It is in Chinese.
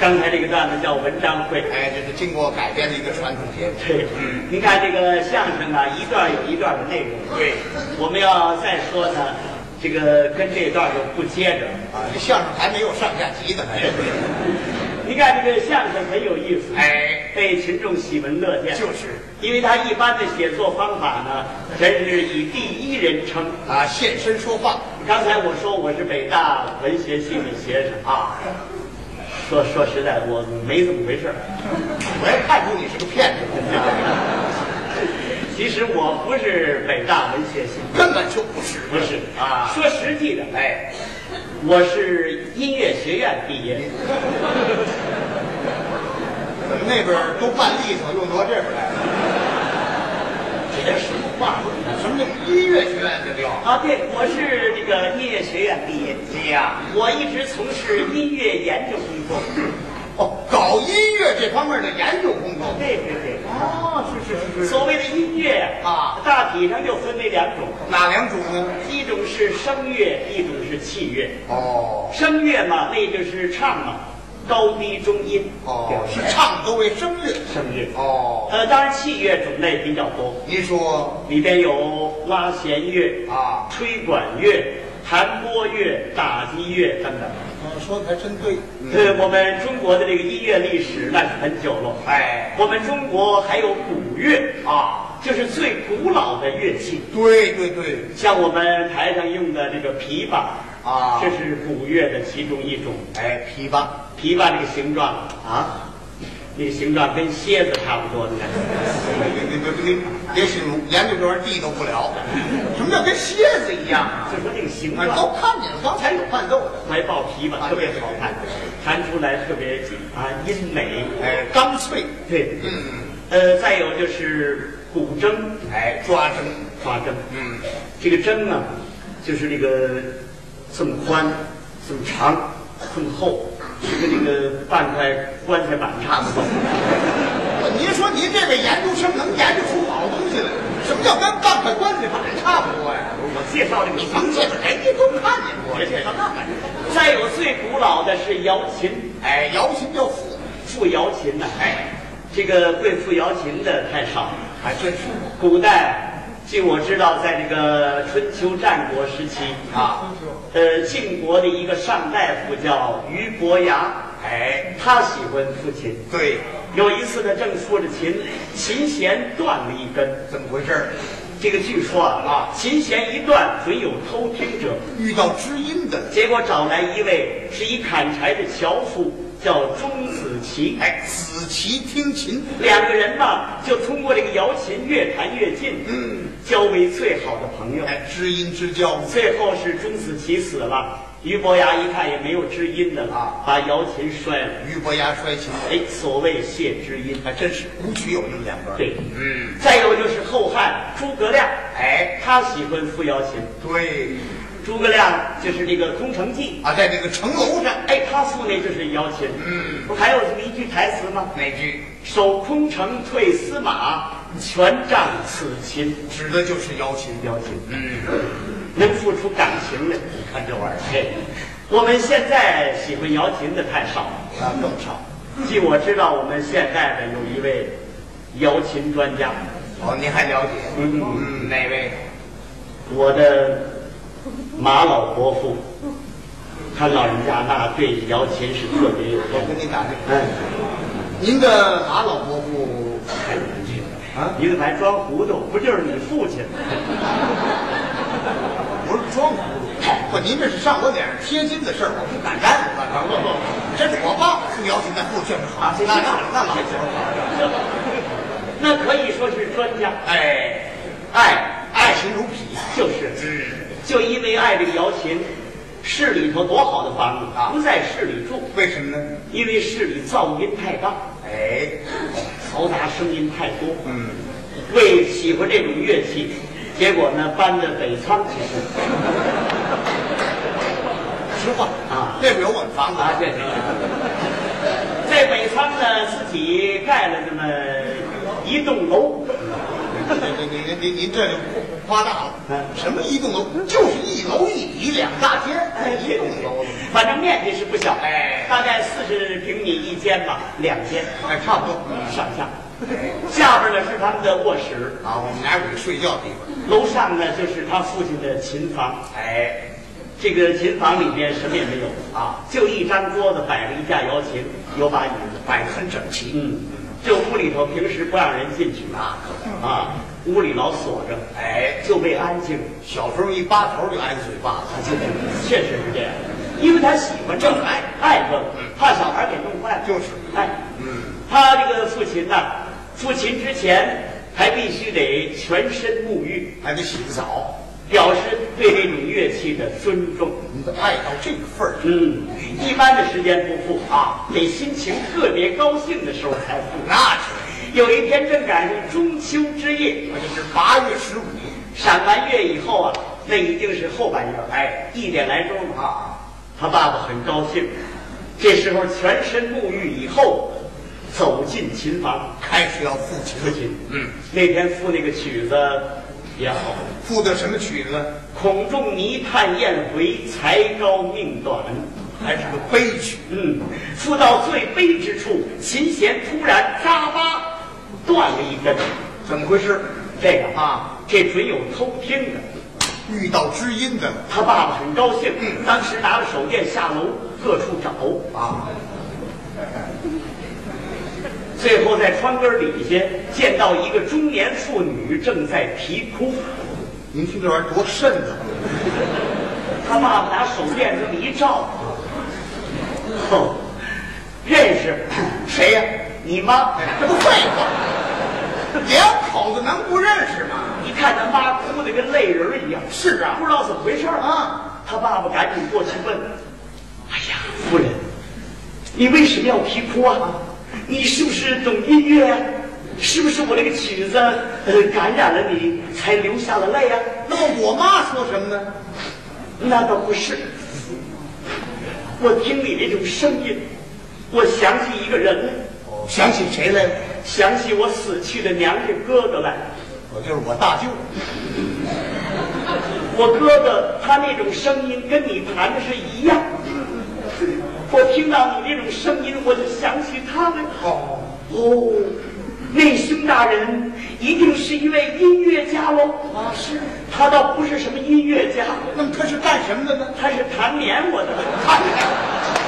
刚才这个段子叫文章会。哎，这是经过改编的一个传统节目。对，您看这个相声啊，一段有一段的内容。对，我们要再说呢，这个跟这段就不接着。啊，这相声还没有上下集呢，还是您看这个相声很有意思，哎，被群众喜闻乐见。就是因为他一般的写作方法呢，真是以第一人称。啊，现身说话刚才我说我是北大文学系的学生啊，啊。说说实在，我没这么回事儿。我也看出你是个骗子， 其实我不是北大文学系，根本就不是。不是啊说实际的，哎，我是音乐学院毕业，怎么那边儿都办利索，又挪这边儿来了？这叫什么话？什么叫音乐学院的料？啊，对，我是这个音乐学院毕业，你呀、我一直从事音乐研究工作。哦，搞音乐这方面的研究工作。对对对，哦，是是所谓的音乐啊大体上就分为两种，哪两种呢？一种是声乐，一种是器乐。哦声乐嘛，那就是唱嘛，高低中音哦，对是唱歌为声乐。声乐。哦，呃，当然器乐种类比较多，您说里边有拉弦乐、啊，吹管乐、弹拨乐、打击乐等等。嗯说的还真对。呃，我们中国的这个音乐历史那是很久了。哎，我们中国还有古乐，啊，就是最古老的乐器，对对对，像我们台上用的这个琵琶啊这是古乐的其中一种。哎，琵琶。琵琶这个形状啊，那个形状跟蝎子差不多，你看。别别别别别形容，研究这玩意儿地道不了。什么叫跟蝎子一样啊？就说这个形啊，状都，看见了，刚才有伴奏的。怀抱琵琶啊特别好看，弹出来特别啊音美。哎，干脆，对，嗯，呃，再有就是古筝、哎，抓针，花筝，嗯，这个筝呢，就是这个这么宽、这么长、这么厚，是跟这个半块棺材板差不多。您说您这位研究生能研究出好东西来？什么叫跟半块棺材板差不多呀？我介绍这个你形状甭介绍，人家都看见过。别介绍那玩意儿再有最古老的是瑶琴，哎，摇琴叫父，富瑶琴呐、哎，这个会富瑶琴的太少了。还真是古代，据我知道，在这个春秋战国时期，啊。呃，晋国的一个上大夫叫俞伯牙，哎，他喜欢抚琴。对，有一次呢，正说着琴，琴弦断了一根。怎么回事儿？这个据说啊，啊琴弦一断，准有偷听者。遇到知音的了。结果找来一位是一砍柴的樵夫，叫钟子期。哎，子期听琴，两个人吧，就通过这个瑶琴越弹越近，嗯，交为最好的朋友。哎，知音之交。最后是钟子期死了，俞伯牙一看也没有知音的了，啊把瑶琴摔了。俞伯牙摔琴，哎，所谓谢知音。还真是古曲有那么两段。对嗯，再有就是后汉诸葛亮，哎，他喜欢抚瑶琴。对诸葛亮就是这个《空城计啊，在这个城楼》，上哎，他赋那就是瑶琴。嗯，不还有这么一句台词吗？那句守空城退司马，权杖此琴。指的就是瑶琴。瑶琴嗯，能付出感情来。你看这玩意嘿，我们现在喜欢瑶琴的太少了。儿，那啊更少。据我知道，我们现在的有一位瑶琴专家，哦，您还了解？嗯嗯，哪位？我的马老伯父，他老人家那对瑶琴是特别有我研跟究。您打听，哎，您的马老伯父啊，你怎么还装糊涂？不就是你父亲吗？不是装糊涂，不，您这是上我脸上贴金的事儿，我不敢干。我告诉你这是我爸父瑶琴的父确实好，啊那那那老头 那可以说是专家，哎，爱爱情如匹。就是，嗯，就因为爱这个瑶琴，市里头多好的房子啊不在市里住，为什么呢？因为市里噪音太大，哎，嘈杂声音太多。嗯，为喜欢这种乐器，结果呢搬到北仓去了。实话啊那边有我的房子啊，对对在北仓呢自己盖了这么一栋楼，您您您您您这就夸大了嗯，什么一栋楼，就是一楼一里两大间，一栋楼。反正面积是不小，哎大概四十平米一间吧，两间哎，差不多。上下。下边呢是他们的卧室，啊，我们俩有一个睡觉的地方。楼上呢就是他父亲的琴房。哎，这个琴房里面什么也没有啊，就一张桌子摆着一架摇琴，有把椅子。摆得很整齐。嗯，这屋里头平时不让人进去啊，嗯啊，屋里老锁着，啊哎，就为安静。啊小时候一扒头就挨个嘴巴子。确实是这样，因为他喜欢这个，爱爱这个，怕小孩给弄坏了。就是哎，嗯，他这个父亲呐、父亲之前还必须得全身沐浴，还得洗个澡。表示对这种乐器的尊重。你得爱到这个份儿上。嗯，一般的时间不付啊，得心情特别高兴的时候才付。那是，有一天正赶上中秋之夜，那就是八月十五。赏完月以后啊，那一定是后半夜儿，哎，一点来钟啊，他爸爸很高兴。这时候全身沐浴以后，走进琴房，开始要复琴父亲，嗯，那天赋那个曲子也好，复的什么曲子呢？孔仲尼叹燕回，才高命短。还是个悲曲。嗯，复到最悲之处，琴弦突然扎吧断了一根，怎么回事？这个啊，这准有偷听的。遇到知音的他爸爸很高兴，当时拿着手电下楼各处找，啊，最后在窗根底下见到一个中年妇女正在啼哭。您听这玩意儿多瘆得慌。他爸爸拿手电这么一照，哦，认识 谁呀、你妈。哎这不废话，两口子能不认识吗？一看他妈哭得跟泪人儿一样，是啊不知道怎么回事儿啊。他爸爸赶紧过去问：“哎呀，夫人，你为什么要啼哭啊？你是不是懂音乐啊？是不是我这个曲子呃感染了你，才流下了泪啊？”那么我妈说什么呢？那倒不是，我听你那种声音，我想起一个人来，哦想起谁来了？想起我死去的娘家哥哥来。我哦就是我大舅。我哥哥他那种声音跟你弹的是一样，我听到你那种声音，我就想起他来。哦，哦，内兄大人一定是一位音乐家喽。啊，是。他倒不是什么音乐家，那么他是干什么的呢？他是弹棉花的。看看，